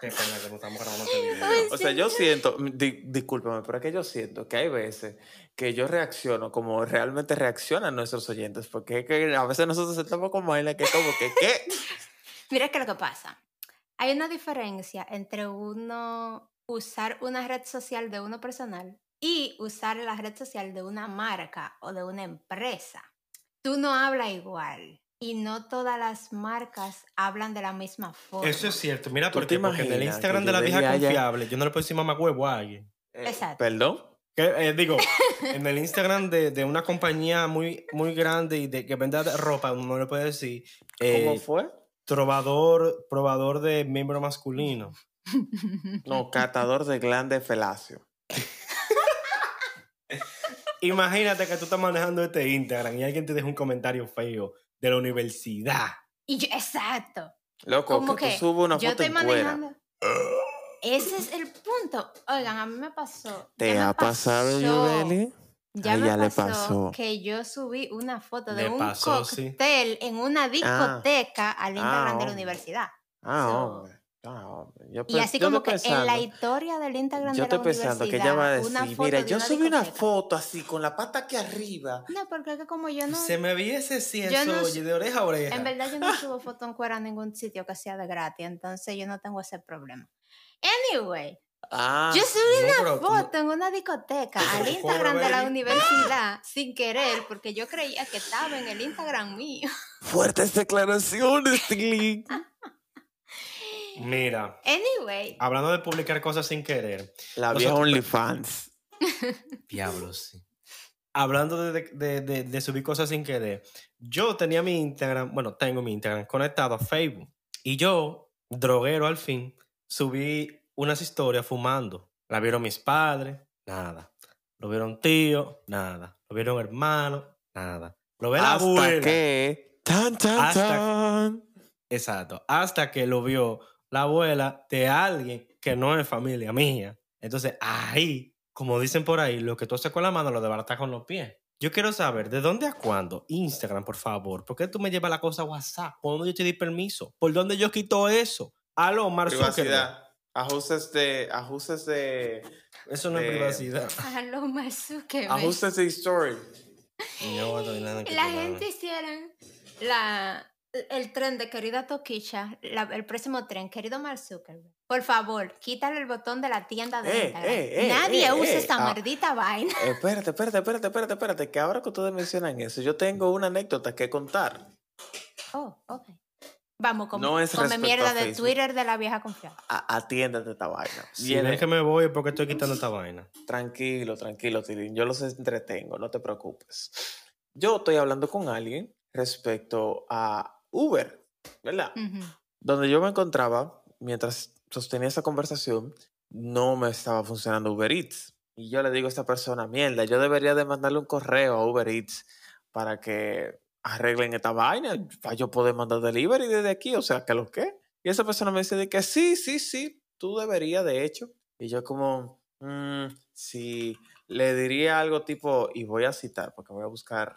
Speaker 1: Qué coño, que no estamos grabando este video.
Speaker 3: Ay,
Speaker 2: O sea, yo siento, mm, di- discúlpame, pero es que yo siento que hay veces que yo reacciono como realmente reaccionan nuestros oyentes, porque es que a veces nosotros estamos como en la que como que, ¿qué?
Speaker 3: Mira que lo que pasa. Hay una diferencia entre uno usar una red social de uno personal y usar la red social de una marca o de una empresa. Tú no hablas igual y no todas las marcas hablan de la misma forma.
Speaker 1: Eso es cierto. Mira,
Speaker 2: ¿Tú
Speaker 1: ¿por
Speaker 2: te
Speaker 1: qué? porque en el
Speaker 2: imaginas
Speaker 1: Instagram
Speaker 2: que
Speaker 1: de la
Speaker 2: yo
Speaker 1: vieja
Speaker 2: llegué allá?
Speaker 1: confiable, yo no le puedo decir mamá huevo a alguien.
Speaker 2: Eh,
Speaker 3: Exacto.
Speaker 2: ¿Perdón?
Speaker 1: Que, eh, digo, en el Instagram de, de una compañía muy, muy grande y de que vende ropa, uno le puede decir eh,
Speaker 2: ¿Cómo fue?
Speaker 1: trovador, probador de miembro masculino.
Speaker 2: No, catador de glande felacio.
Speaker 1: Imagínate que tú estás manejando este Instagram y alguien te deja un comentario feo de la universidad.
Speaker 3: Y yo- exacto.
Speaker 2: Loco,
Speaker 3: Como
Speaker 2: que
Speaker 3: que
Speaker 2: tú subes una
Speaker 3: yo
Speaker 2: foto
Speaker 3: estoy
Speaker 2: en cuera.
Speaker 3: manejando. Ese es el punto. Oigan, a mí me pasó. ya
Speaker 2: ¿Te
Speaker 3: me
Speaker 2: ha pasado,
Speaker 3: pasó.
Speaker 2: Yudeli?
Speaker 3: Ya
Speaker 2: Ah,
Speaker 3: me
Speaker 2: ya le
Speaker 3: pasó,
Speaker 2: pasó.
Speaker 3: que yo subí una foto de
Speaker 1: Le
Speaker 3: un
Speaker 1: pasó, sí.
Speaker 3: cóctel en una discoteca al
Speaker 2: Ah,
Speaker 3: Instagram de la
Speaker 2: hombre.
Speaker 3: universidad.
Speaker 2: Ah,
Speaker 3: So-
Speaker 2: hombre. Ah, hombre. Yo
Speaker 3: Y
Speaker 2: pe-
Speaker 3: así
Speaker 2: yo
Speaker 3: como
Speaker 2: estoy
Speaker 3: que en la
Speaker 2: pensando-
Speaker 3: historia del
Speaker 2: Yo
Speaker 3: Instagram de la
Speaker 2: estoy pensando que ella va a
Speaker 3: universidad, una
Speaker 2: decir,
Speaker 3: foto
Speaker 2: mira,
Speaker 3: de
Speaker 2: yo subí una
Speaker 3: discoteca".
Speaker 2: foto así con la pata aquí arriba.
Speaker 3: No, porque es que como yo no,
Speaker 1: Se me viese si
Speaker 3: Yo
Speaker 1: eso,
Speaker 3: no
Speaker 1: oye, de oreja a oreja.
Speaker 3: en verdad yo no subo foto en cuera en ningún sitio que sea de gratis, entonces yo no tengo ese problema. Anyway,
Speaker 2: Ah,
Speaker 3: yo subí
Speaker 1: No, pero tú no-
Speaker 3: foto en una discoteca
Speaker 1: Eso
Speaker 3: al
Speaker 1: fue ¿eh?
Speaker 3: Instagram de la
Speaker 1: Baby.
Speaker 3: universidad sin querer, porque yo creía que estaba en el Instagram mío.
Speaker 2: fuertes declaraciones, Tilly.
Speaker 1: Mira,
Speaker 3: Anyway,
Speaker 1: hablando de publicar cosas sin querer.
Speaker 2: La
Speaker 1: Nosotros-
Speaker 2: vieja OnlyFans.
Speaker 1: Diablos, sí. Hablando de, de- de- de subir cosas sin querer, yo tenía mi Instagram, bueno, tengo mi Instagram conectado a Facebook. Y yo, droguero al fin, subí unas historias fumando. La vieron mis padres, nada. Lo vieron tío, nada. Lo vieron hermano, nada. Lo ve la
Speaker 2: Hasta
Speaker 1: abuela.
Speaker 2: que... Tan, tan,
Speaker 1: Hasta-
Speaker 2: tan.
Speaker 1: Exacto. Hasta que lo vio la abuela de alguien que no es familia mía. Entonces, ahí, como dicen por ahí, lo que tú haces con la mano lo desbaratas con los pies. Yo quiero saber, ¿de dónde a cuándo? Instagram, por favor. ¿Por qué tú me llevas la cosa a WhatsApp? ¿Cuándo yo te di permiso? ¿Por dónde yo quito eso? Aló, Mark Zuckerberg.
Speaker 2: Privacidad. Ajustes de... Ajustes de...
Speaker 1: Eso no
Speaker 2: Eh,
Speaker 1: es privacidad.
Speaker 3: a lo más que
Speaker 2: Ajustes de story. Eh,
Speaker 1: No, no hay nada que
Speaker 3: la
Speaker 1: probar.
Speaker 3: gente hicieran la, el tren de querida Toquicha, la- el próximo tren, querido Mark Zuckerberg. Por favor, quítale el botón de la tienda de
Speaker 2: Eh,
Speaker 3: Instagram.
Speaker 2: eh, eh,
Speaker 3: Nadie
Speaker 2: eh,
Speaker 3: usa
Speaker 2: eh,
Speaker 3: esta
Speaker 2: ah.
Speaker 3: maldita vaina.
Speaker 2: Eh, Espérate, espérate, espérate, espérate, espérate, que ahora que ustedes mencionan eso, yo tengo una anécdota que contar.
Speaker 3: Oh, ok. Vamos, come,
Speaker 2: No es
Speaker 3: come
Speaker 2: respecto
Speaker 3: mierda
Speaker 2: a
Speaker 3: de
Speaker 2: Facebook.
Speaker 3: Twitter de la vieja confiada.
Speaker 2: A- atiéndete esta vaina.
Speaker 1: Si
Speaker 2: Viene-
Speaker 1: ven que me voy es porque estoy quitando esta vaina.
Speaker 2: Tranquilo, tranquilo, Tilín. Yo los entretengo, no te preocupes. Yo estoy hablando con alguien respecto a Uber, ¿verdad?
Speaker 3: Ujú.
Speaker 2: Donde yo me encontraba, mientras sostenía esa conversación, no me estaba funcionando Uber Eats. Y yo le digo a esta persona, mierda, yo debería de mandarle un correo a Uber Eats para que arreglen esta vaina, para yo poder mandar delivery desde aquí, o sea, que lo que. Y esa persona me dice de que sí, sí, sí, tú deberías, de hecho. Y yo como, "Mm, sí, le diría algo tipo, y voy a citar porque voy a buscar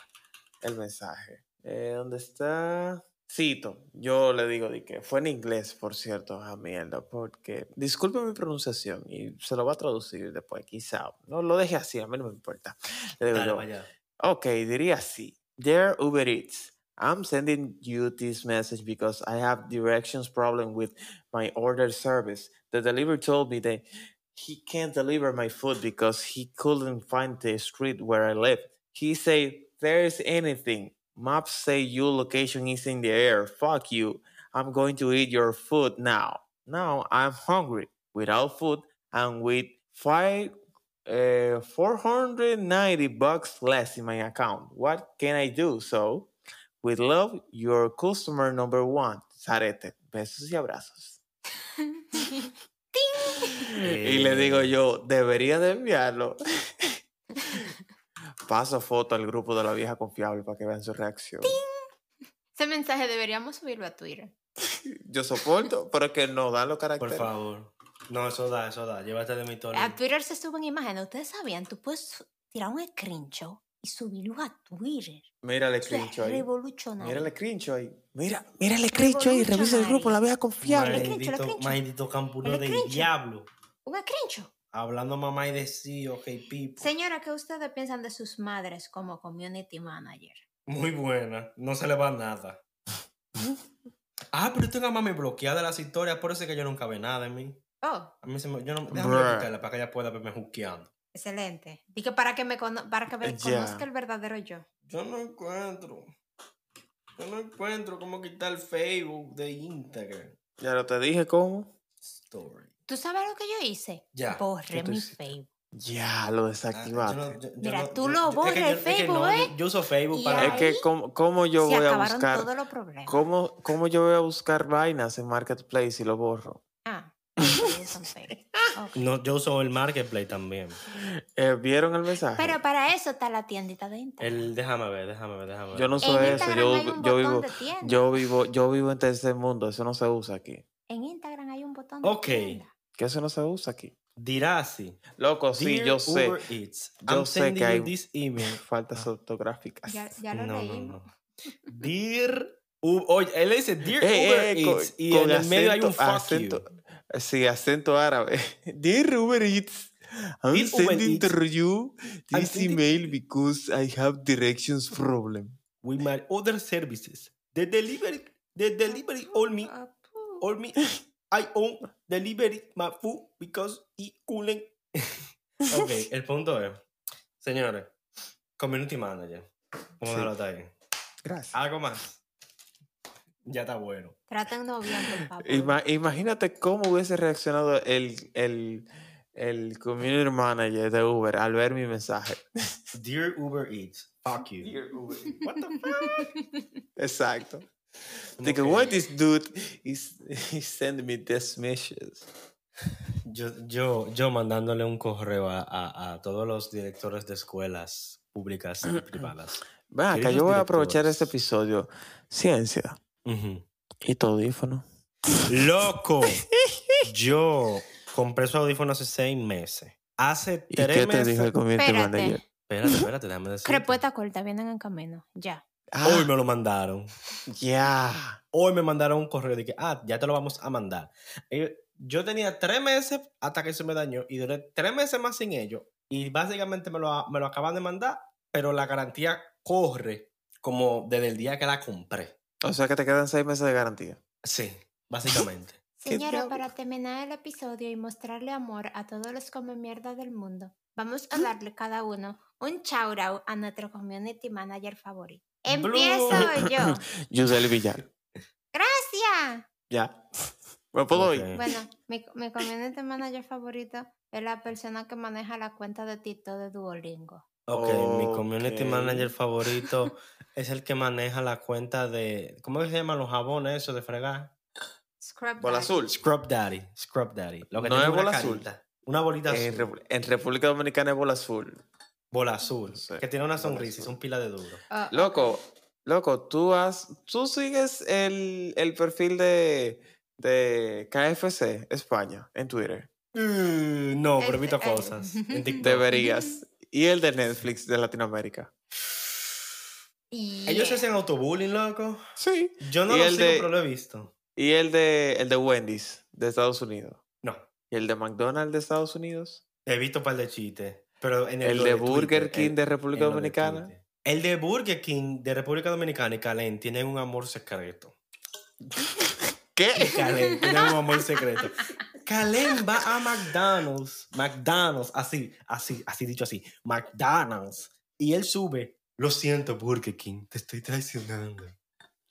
Speaker 2: el mensaje. Eh, ¿Dónde está? Cito, yo le digo de que fue en inglés, por cierto, a mierda, porque disculpe mi pronunciación y se lo va a traducir después, quizá. No lo deje así, a mí no me importa. Le digo
Speaker 1: Dale,
Speaker 2: yo,
Speaker 1: para allá.
Speaker 2: Ok, diría así. Dear Uber Eats, I'm sending you this message because I have directions problem with my order service. The delivery told me that he can't deliver my food because he couldn't find the street where I live. He say there's anything. Maps say your location is in the air. Fuck you. I'm going to eat your food now. Now I'm hungry. Without food and with five uh, 490 bucks less in my account. What can I do? So, with love, your customer number one, Zarete. Besos y abrazos. Y le digo yo, debería de enviarlo. Paso foto al grupo de la vieja confiable para que vean su reacción.
Speaker 3: Ese mensaje deberíamos subirlo a Twitter.
Speaker 2: Yo soporto, pero que no dan los
Speaker 1: Por
Speaker 2: caracteres.
Speaker 1: favor. No, eso da, eso da. Llévate de mi tono.
Speaker 3: A Twitter se suben imágenes. Ustedes sabían, tú puedes su- tirar un screenshot y subirlo a Twitter.
Speaker 2: Mira el
Speaker 3: Eso es
Speaker 2: screenshot ahí.
Speaker 3: revolucionario.
Speaker 2: Mira el screenshot ahí. Mira, mira el screenshot ahí. Revisa el grupo, la vieja confiable.
Speaker 3: Madre. crincho, lo
Speaker 1: Maldito,
Speaker 3: crincho.
Speaker 1: maldito campulo
Speaker 3: Lo
Speaker 1: del
Speaker 3: crincho.
Speaker 1: diablo.
Speaker 3: Un screenshot.
Speaker 1: Hablando mamá y de sí, ok, pipo.
Speaker 3: Señora, ¿qué ustedes piensan de sus madres como community manager?
Speaker 1: Muy buena. No se le va nada. ah, pero yo tengo a mami bloqueada de las historias, por eso es que yo nunca ve nada de mí.
Speaker 3: Oh,
Speaker 1: A mí se me... Yo no, déjame
Speaker 2: Bruh.
Speaker 1: bloquearla para que ella pueda verme juzgueando.
Speaker 3: excelente. Y que para que me, cono- para que me
Speaker 2: Eh, Ya.
Speaker 3: conozca el verdadero yo.
Speaker 1: Yo no encuentro. Yo no encuentro cómo quitar Facebook de Instagram.
Speaker 2: Ya lo te dije cómo.
Speaker 1: Story.
Speaker 3: ¿Tú sabes lo que yo hice?
Speaker 1: Ya,
Speaker 2: ¿qué
Speaker 3: Borré
Speaker 2: tú
Speaker 3: mi
Speaker 2: hiciste?
Speaker 3: Facebook.
Speaker 2: Ya, lo
Speaker 1: Ah, yo no-
Speaker 2: desactivaste.
Speaker 1: yo- yo
Speaker 3: Mira,
Speaker 1: no-
Speaker 3: tú
Speaker 1: yo-
Speaker 3: lo
Speaker 1: yo- es que
Speaker 3: borras
Speaker 1: yo-
Speaker 3: el
Speaker 1: es que
Speaker 3: Facebook,
Speaker 1: no,
Speaker 3: ¿eh?
Speaker 1: Ah, yo- Yo uso Facebook
Speaker 3: Y
Speaker 1: para...
Speaker 2: Es
Speaker 3: ahí-
Speaker 2: que, ¿cómo, cómo yo voy
Speaker 3: Se
Speaker 2: a
Speaker 3: acabaron
Speaker 2: buscar?
Speaker 3: todos los problemas.
Speaker 2: ¿cómo, cómo yo voy a buscar vainas en Marketplace y lo borro?
Speaker 3: Ah, sí, son Facebook. Ok.
Speaker 1: No, yo uso el Marketplace también.
Speaker 2: Eh, ¿Vieron el mensaje?
Speaker 3: Pero para eso está la tiendita de internet.
Speaker 1: El, déjame ver, déjame ver, déjame ver.
Speaker 2: yo no
Speaker 3: en
Speaker 2: soy eso.
Speaker 3: Instagram
Speaker 2: Yo,
Speaker 3: hay un
Speaker 2: yo
Speaker 3: botón
Speaker 2: vivo,
Speaker 3: de tienda.
Speaker 2: yo vivo, yo vivo en tercer mundo. Eso no se usa aquí.
Speaker 3: En Instagram hay un botón de
Speaker 1: Ok.
Speaker 3: tienda.
Speaker 2: ¿Qué eso no se usa aquí?
Speaker 1: Dirasi.
Speaker 2: Loco, sí, yo sé.
Speaker 1: Uber Eats,
Speaker 2: Yo
Speaker 1: I'm
Speaker 2: sé que
Speaker 1: sending you
Speaker 2: hay-
Speaker 1: this email.
Speaker 2: Faltas ortográficas.
Speaker 3: Ya, ya lo
Speaker 1: no,
Speaker 3: leímos.
Speaker 1: no, no. Dear... U- Oye, él dice Dear
Speaker 2: Eh,
Speaker 1: Uber
Speaker 2: eh, con-
Speaker 1: Eats y
Speaker 2: con
Speaker 1: en el medio hay un fuck
Speaker 2: acento, acento- sí, acento árabe. Dear Uber Eats, I'm
Speaker 1: Dear Uber
Speaker 2: sending to you
Speaker 1: I'm
Speaker 2: this
Speaker 1: sending-
Speaker 2: email because I have directions problem.
Speaker 1: you with my other services. The delivery, the delivery all me,
Speaker 3: Ah, pu-
Speaker 1: all me, I own delivery my food because it couldn't. ok, el punto es, señores, community manager, vamos a
Speaker 2: Sí.
Speaker 1: dejarlo hasta ahí.
Speaker 2: Gracias.
Speaker 1: Algo más. Ya está bueno.
Speaker 3: Trátenlo bien, por favor.
Speaker 2: Ah, Ima- imagínate cómo hubiese reaccionado el, el, el community manager de Uber al ver mi mensaje.
Speaker 1: Dear Uber Eats, fuck you. What the
Speaker 2: Exacto.
Speaker 1: fuck?
Speaker 2: Digo,
Speaker 1: Ok.
Speaker 2: what this dude is, is sending me this messages.
Speaker 1: Yo, yo, yo mandándole un correo a, a- a todos los directores de escuelas públicas y privadas.
Speaker 2: Ven acá,
Speaker 1: Queridos
Speaker 2: yo voy a aprovechar
Speaker 1: directores.
Speaker 2: este episodio. Ciencia
Speaker 1: Ujú.
Speaker 2: y tu audífono.
Speaker 1: Loco, yo compré su audífono hace seis meses. Hace
Speaker 2: ¿Y
Speaker 1: tres
Speaker 2: qué te
Speaker 1: meses.
Speaker 2: dijo el community manager?
Speaker 3: Espérate.
Speaker 1: Espérate, espérate, déjame decir.
Speaker 3: Respuesta corta, vienen en camino. Ya.
Speaker 2: Ah,
Speaker 1: Hoy me lo mandaron.
Speaker 2: ya.
Speaker 1: Hoy me mandaron un correo de que, ah, ya te lo vamos a mandar. Y Yo tenía tres meses hasta que se me dañó y duré tres meses más sin ello. Y básicamente me lo, me lo acaban de mandar, pero la garantía corre como desde el día que la compré.
Speaker 2: O sea que te quedan seis meses de garantía.
Speaker 1: Sí, básicamente.
Speaker 2: ¿Qué
Speaker 3: Señora,
Speaker 2: diablo?
Speaker 3: para terminar el episodio y mostrarle amor a todos los come mierda del mundo, vamos a darle cada uno un shout out a nuestro community manager favorito.
Speaker 1: Blue.
Speaker 3: Empiezo yo.
Speaker 2: Yusel Villar.
Speaker 3: Gracias.
Speaker 2: Ya. Me puedo
Speaker 1: Ok.
Speaker 2: ir.
Speaker 3: Bueno, mi, mi community manager favorito es la persona que maneja la cuenta de TikTok de Duolingo.
Speaker 1: Ok, mi community
Speaker 2: Ok.
Speaker 1: manager favorito es el que maneja la cuenta de. ¿Cómo que se llaman los jabones eso de fregar?
Speaker 3: Scrub
Speaker 2: Bola
Speaker 3: Daddy.
Speaker 2: azul.
Speaker 1: Scrub Daddy. Scrub Daddy. Lo que
Speaker 2: No
Speaker 1: tiene
Speaker 2: es
Speaker 1: una
Speaker 2: bola azul.
Speaker 1: carita, Una bolita
Speaker 2: En,
Speaker 1: azul.
Speaker 2: Repu- en República Dominicana es bola azul.
Speaker 1: Bola azul.
Speaker 2: Sí,
Speaker 1: Que tiene una
Speaker 2: bola
Speaker 1: sonrisa, es
Speaker 2: azul.
Speaker 1: un pila de duro.
Speaker 3: Oh,
Speaker 2: Loco, loco, tú has, tú sigues el, el perfil de, de KFC España en Twitter.
Speaker 1: Mm, no, pero evito
Speaker 3: Este, eh.
Speaker 1: cosas. En TikTok.
Speaker 2: Deberías. Y el de Netflix de Latinoamérica.
Speaker 3: Y
Speaker 1: Ellos hacen autobullying, loco.
Speaker 2: Sí.
Speaker 1: Yo no
Speaker 2: Y
Speaker 1: lo
Speaker 2: el
Speaker 1: sigo,
Speaker 2: de-
Speaker 1: pero lo he visto.
Speaker 2: Y el de, el de Wendy's de Estados Unidos.
Speaker 1: No,
Speaker 2: Y el de McDonald's de Estados Unidos.
Speaker 1: he visto un par de chistes. Pero en el,
Speaker 2: El
Speaker 1: lo
Speaker 2: de
Speaker 1: Twitter, eh,
Speaker 2: Burger
Speaker 1: en-
Speaker 2: King de República
Speaker 1: en lo de
Speaker 2: Dominicana.
Speaker 1: Twitter. El de Burger King de República Dominicana y Calen tienen un amor secreto.
Speaker 2: ¿Qué?
Speaker 1: Calen tiene un amor secreto. Calen va a McDonald's, McDonald's, así, así, así dicho así, McDonald's. Y él sube. Lo siento, Burger King, te estoy traicionando.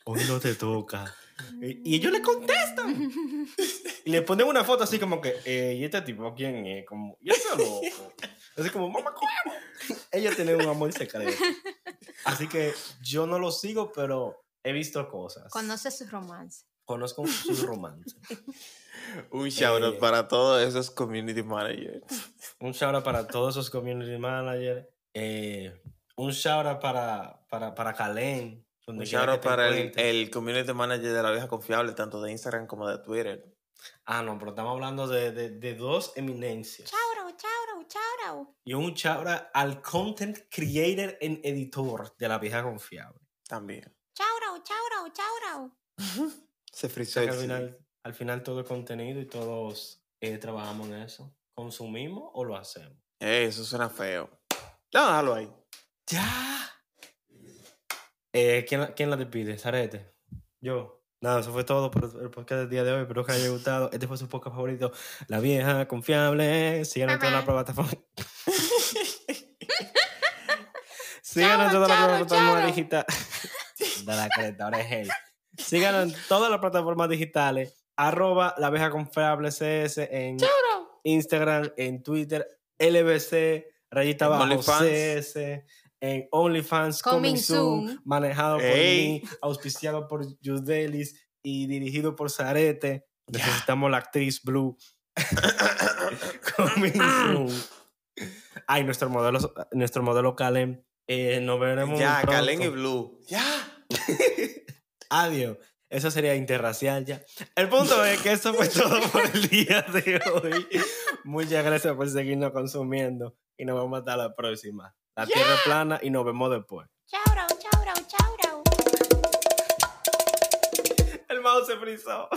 Speaker 1: Hoy no te toca. Y, y ellos le contestan. Y le ponen una foto así como que, eh, ¿y este tipo quién es? Como, ¿y ese loco? Así como, mamá, cuero". Ellos tienen un amor secreto. Así que yo no lo sigo, pero he visto cosas.
Speaker 3: conoce su romance.
Speaker 1: Conozco sus romances.
Speaker 2: Un shout out
Speaker 1: Eh.
Speaker 2: para todos esos community managers.
Speaker 1: Un shout out para todos esos community managers. Eh, un shout out para, para, para Kalen.
Speaker 2: Un
Speaker 1: donde quiera
Speaker 2: shout
Speaker 1: que
Speaker 2: out
Speaker 1: te
Speaker 2: para el,
Speaker 1: encuentres.
Speaker 2: el community manager de la vieja confiable, tanto de Instagram como de Twitter.
Speaker 1: Ah, no, pero estamos hablando de, de, de dos eminencias.
Speaker 3: Chauro, chauro, chauro.
Speaker 1: Y un shout out al content creator en editor de la vieja confiable.
Speaker 2: También.
Speaker 3: Chauro, chauro, chauro.
Speaker 2: Se
Speaker 1: O
Speaker 2: frizó
Speaker 1: sea que
Speaker 2: el
Speaker 1: al,
Speaker 2: sí.
Speaker 1: final, al final todo el contenido y todos eh, trabajamos en eso. ¿Consumimos o lo hacemos?
Speaker 2: Ey, eso suena feo. No, déjalo ahí.
Speaker 1: ¡Ya! Eh, ¿quién, quién la despide? Sarete. Yo. Nada, eso fue todo por el podcast del día de hoy. Espero que les haya gustado. Este fue su podcast favorito. La vieja, confiable. Sigan en todas las plataformas. Sigan en
Speaker 3: Chao,
Speaker 1: todas las
Speaker 3: chao,
Speaker 1: plataformas
Speaker 3: chao.
Speaker 1: digitales. De la careta, ahora es él. Sigan en todas las plataformas digitales. Arroba la vieja confiable CS en Instagram, en Twitter, LBC, rayita
Speaker 2: En
Speaker 1: abajo,
Speaker 2: OnlyFans.
Speaker 1: CS, en OnlyFans, Coming,
Speaker 3: Coming
Speaker 1: soon,
Speaker 3: soon.
Speaker 1: manejado por mí,
Speaker 2: Ey.
Speaker 1: auspiciado por Judelis y dirigido por Zarete. Necesitamos la actriz Blue. Coming soon. Ay, nuestro modelo, nuestro modelo Kalen. Eh, nos veremos.
Speaker 2: Ya,
Speaker 1: muy pronto.
Speaker 2: Calen y Blue. Ya.
Speaker 1: Adiós. Eso sería interracial ya. El punto es que eso fue todo por el día de hoy. Muchas gracias por seguirnos consumiendo y nos vemos hasta la próxima. La tierra es plana y nos vemos después.
Speaker 3: Chauro, chauro, chauro.
Speaker 1: El mouse se frizó.